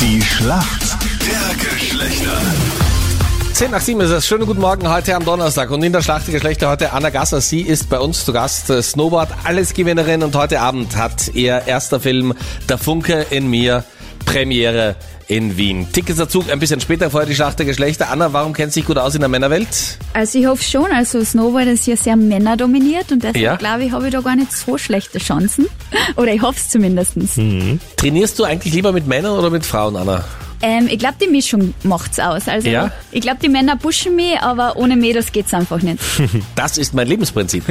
Die Schlacht der Geschlechter. 10 nach 7 ist es. Schönen guten Morgen heute am Donnerstag. Und in der Schlacht der Geschlechter heute Anna Gasser. Sie ist bei uns zu Gast, äh, Snowboard, Allesgewinnerin. Und heute Abend hat ihr erster Film Der Funke in mir Premiere in Wien. Ticketerzug ein bisschen später vorher die Schlacht der Geschlechter. Anna, warum kennt sich gut aus in der Männerwelt? Also ich hoffe schon, also Snowboard ist ja sehr männerdominiert und deshalb Ja. glaube ich, habe ich da gar nicht so schlechte Chancen. Oder ich hoffe es zumindest. Hm. Trainierst du eigentlich lieber mit Männern oder mit Frauen, Anna? Ähm, ich glaube, die Mischung macht's aus. Also Ja. ich glaube, die Männer pushen mich, aber ohne Mädels geht's einfach nicht. Das ist mein Lebensprinzip.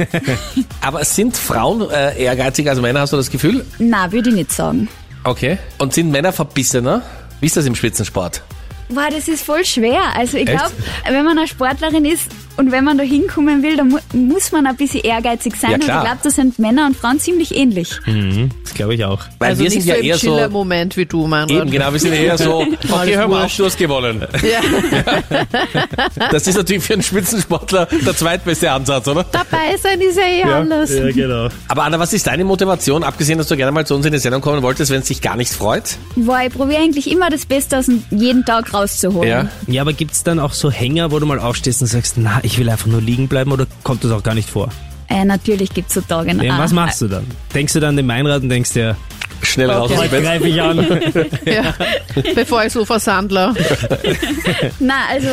Aber sind Frauen äh, ehrgeiziger als Männer, hast du das Gefühl? Na, würde ich nicht sagen. Okay. Und sind Männer verbissener? Wie ist das im Spitzensport? Wow, das ist voll schwer. Also ich glaube, wenn man eine Sportlerin ist und wenn man da hinkommen will, dann mu muss man ein bisschen ehrgeizig sein. Ja, und ich klar. glaube, da sind Männer und Frauen ziemlich ähnlich. Das glaube ich auch. Weil also wir nicht sind ja so im eher so Chiller-Moment wie du, mein Eben, genau, wir sind eher so, okay, hör mal auf, du hast gewonnen. Ja. Das ist natürlich für einen Spitzensportler der zweitbeste Ansatz, oder? Dabei sein ist ja eh alles. Ja, genau. Aber Anna, was ist deine Motivation, abgesehen, dass du gerne mal zu uns in die Sendung kommen wolltest, wenn es dich gar nicht freut? Wow, ich probiere eigentlich immer das Beste aus dem- jeden Tag rauszuholen. Hm. Ja, aber gibt's dann auch so Hänger, wo du mal aufstehst und sagst, na, ich will einfach nur liegen bleiben oder kommt das auch gar nicht vor? Äh, natürlich gibt's so Tage. Ja, Ah, was machst du dann? Denkst du dann an den Meinrad und denkst dir, Schnell raus aus dem Bett. greife Also, ich an. Ja. Bevor ich so versandler. Nein, also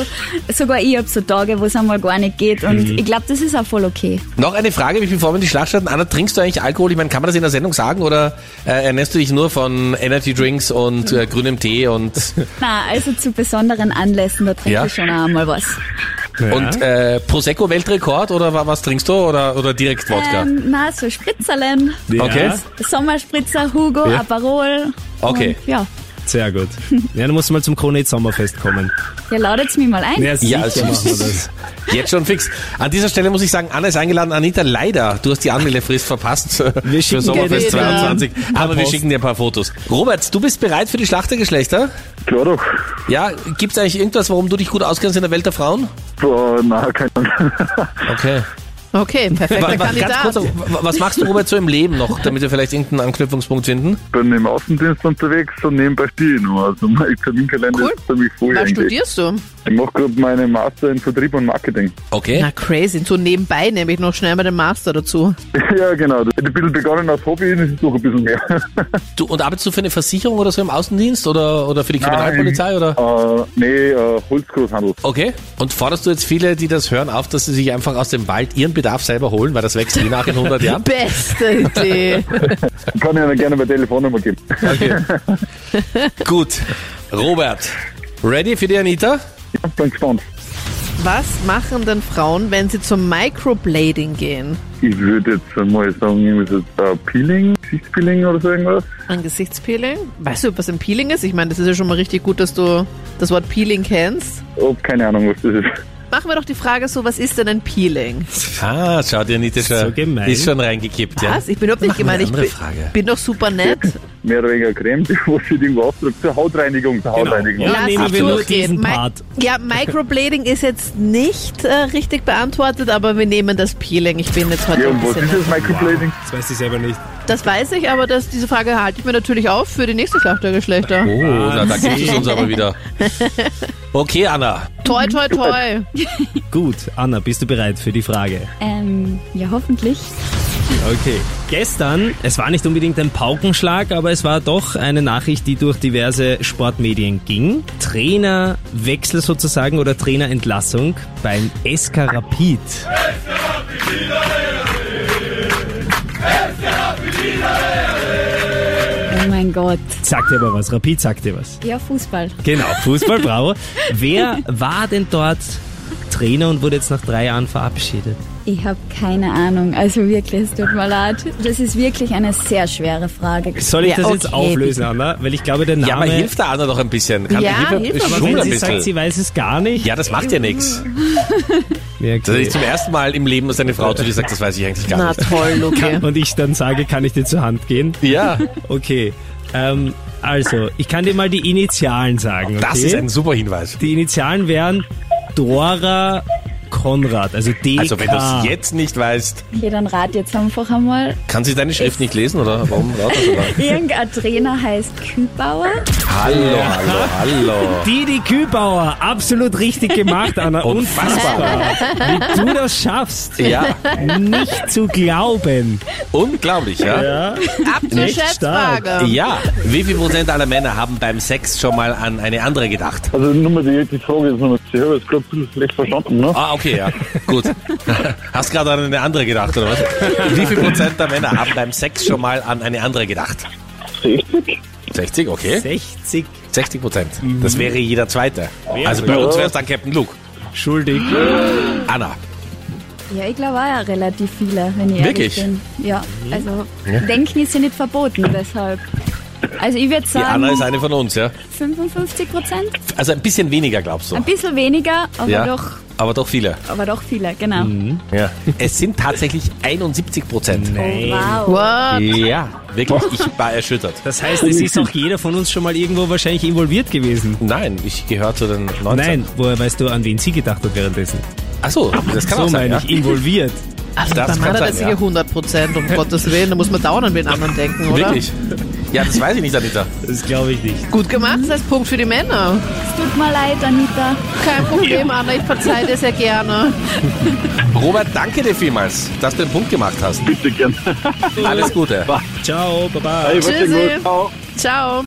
sogar ich hab so Tage, wo es einmal gar nicht geht und Mhm. ich glaube, das ist auch voll okay. Noch eine Frage, bevor wir in die Schlacht starten. Anna, trinkst du eigentlich Alkohol? Ich meine, kann man das in der Sendung sagen oder äh, ernährst du dich nur von Energy Drinks und äh, grünem Tee und, Na, also zu besonderen Anlässen, da trinke Ja. ich schon auch einmal was. und äh, Prosecco-Weltrekord oder wa- was trinkst du oder, oder direkt Wodka? Ähm, na, so Spritzerlen, Okay. Sommerspritzer, Hugo, Ja. Aperol. Okay. Und, ja. Sehr gut. Ja, du musst mal zum Kronet Sommerfest kommen. Ja, laudet's mich mal ein. Ja, also Jetzt schon fix. An dieser Stelle muss ich sagen, Anna ist eingeladen. Anita, leider, du hast die Anmeldefrist verpasst Wir für schicken Sommerfest dir die, ähm, 22. Aber wir Post. schicken dir ein paar Fotos. Robert, du bist bereit für die Schlachtergeschlechter? Klar doch. Ja, gibt's eigentlich irgendwas, warum du dich gut auskennst in der Welt der Frauen? Boah, na, keine Ahnung. Okay. Okay, perfekter ganz Kandidat. kurz, w- was machst du, Robert, so im Leben noch, damit wir vielleicht irgendeinen Anknüpfungspunkt finden? Bin im Außendienst unterwegs und nebenbei stehe ich noch. Also mein Terminkalender Cool. ist ziemlich voll Was eigentlich. studierst du? Ich mache gerade meinen Master in Vertrieb und Marketing. Okay. Na crazy, so nebenbei nehme ich noch schnell mal den Master dazu. ja, genau. Das hat ein bisschen begonnen als Hobby, das ist noch ein bisschen mehr. Du, und arbeitest du für eine Versicherung oder so im Außendienst oder, oder für die Kriminalpolizei oder? Äh, nee, äh, Holzgroßhandel. Okay. Und forderst du jetzt viele, die das hören, auf, dass sie sich einfach aus dem Wald ihren Bedarf selber holen, weil das wächst eh nach in 100 Jahren? Beste Idee. Kann ich Ihnen gerne meine Telefonnummer geben. Gut. Robert, ready für die Anita? Ja, bin gespannt. Was machen denn Frauen, wenn sie zum Microblading gehen? Ich würde jetzt mal sagen, irgendwie so äh, Peeling, Gesichtspeeling oder so irgendwas. Ein Gesichtspeeling? Weißt du, was ein Peeling ist? Ich meine, das ist ja schon mal richtig gut, dass du das Wort Peeling kennst. Oh, keine Ahnung, was das ist. Machen wir doch die Frage so, was ist denn ein Peeling? Ah, schau, die Anita ist So schon, gemein. ist schon reingekippt. Ja. Was? Ich bin überhaupt nicht Machen wir gemeint. eine Ich andere bin, Frage. bin doch super nett. Mehr oder weniger Creme, die was ich irgendwo ausdrückt. Zur Hautreinigung, zur Hautreinigung. Ja, Lass nehmen es wir nur durchgehen. diesen Mi- Part. Ja, Microblading ist jetzt nicht äh, richtig beantwortet, aber wir nehmen das Peeling. Ich bin jetzt heute Ja, ein und was bisschen... ist das Microblading? Das weiß ich selber nicht. Das weiß ich, aber das, diese Frage halte ich mir natürlich auf für die nächste Schlacht der Geschlechter. Oh, na, da gibt es uns aber wieder. Okay, Anna. Toi, toi, toi. Gut, Anna, bist du bereit für die Frage? Ähm, ja, hoffentlich. Okay. Gestern, es war nicht unbedingt ein Paukenschlag, aber es war doch eine Nachricht, die durch diverse Sportmedien ging. Trainerwechsel sozusagen oder Trainerentlassung beim SK Rapid. Oh mein Gott. Sagt dir aber was, Rapid sagt dir was. Ja, Fußball. Genau, Fußballbrau. Wer war denn dort Trainer und wurde jetzt nach drei Jahren verabschiedet? Ich habe keine Ahnung. Also wirklich, es tut mir leid. Das ist wirklich eine sehr schwere Frage. Soll ich Ja, das jetzt okay, auflösen, Anna? Weil ich glaube, der Name... Ja, aber hilft der Anna doch ein bisschen. Kann Ja, die hilf aber aber wenn schummeln ein sie sagt, bisschen. sie weiß es gar nicht... Ja, das macht ja nichts. Ja, Das okay. ist zum ersten Mal im Leben, dass eine Frau zu dir sagt, das weiß ich eigentlich gar Na nicht. toll, Luki. Und ich dann sage, kann ich dir zur Hand gehen? Ja, Okay, ähm, also, ich kann dir mal die Initialen sagen. Okay? das ist ein super Hinweis. die Initialen wären Dora Konrad, also DK. Also wenn du es jetzt nicht weißt, Okay, dann rat jetzt einfach einmal. kann sie deine Schrift nicht lesen oder warum lautet so lang? Irgendein Trainer heißt Kübauer. Hallo, hallo, hallo. Didi Kübauer, absolut richtig gemacht, Anna. Unfassbar. Wie du das schaffst, Ja, nicht zu glauben. unglaublich, ja? Ab zur Nicht Schätzfrage. Ja, wie viel Prozent aller Männer haben beim Sex schon mal an eine andere gedacht? Also nur mal die, die Frage ist nochmal, ich habe es gerade ein bisschen schlecht verstanden, ne? Ah, okay, ja, gut. Hast gerade an eine andere gedacht, oder was? Wie viel Prozent der Männer haben beim Sex schon mal an eine andere gedacht? 60? 60, okay. 60 60 Prozent. Das wäre jeder Zweite. Also bei uns Mhm. wäre es dann Captain Luke. schuldig. Anna. Ja, ich glaube auch ja relativ viele, wenn ich Wirklich? Mhm. ehrlich bin. Ja, also denken ist ja nicht verboten, deshalb. Also ich würde Die Anna ist halt sagen, eine von uns, ja. 55 Prozent. Also ein bisschen weniger, glaubst du? Ein bisschen weniger, aber, ja, Mhm. doch, aber doch viele. aber doch viele, genau. Ja. Es sind tatsächlich 71 Prozent. Oh, wow. What? Ja, wirklich. Ich war erschüttert. Das heißt, es ist auch jeder von uns schon mal irgendwo wahrscheinlich involviert gewesen. Nein, ich gehöre zu den 19. Nein, woher weißt du, an wen sie gedacht hat währenddessen? Ach so, das kann so auch sein. meine Ja. ich, involviert. Also Das dann kann hat er das sein, sicher ja. 100 Prozent, um Gottes Willen. Da muss man dauernd an den anderen denken, oder? Wirklich? Ja, das weiß ich nicht, Anita. Das glaube ich nicht. Gut gemacht, das heißt Punkt für die Männer. Es tut mir leid, Anita. Kein Problem, Anna, ich verzeihe dir sehr gerne. Robert, danke dir vielmals, dass du den Punkt gemacht hast. Bitte gern. Alles Gute. Ciao, baba. Hey, warte, Tschüssi. gut, ciao. Ciao.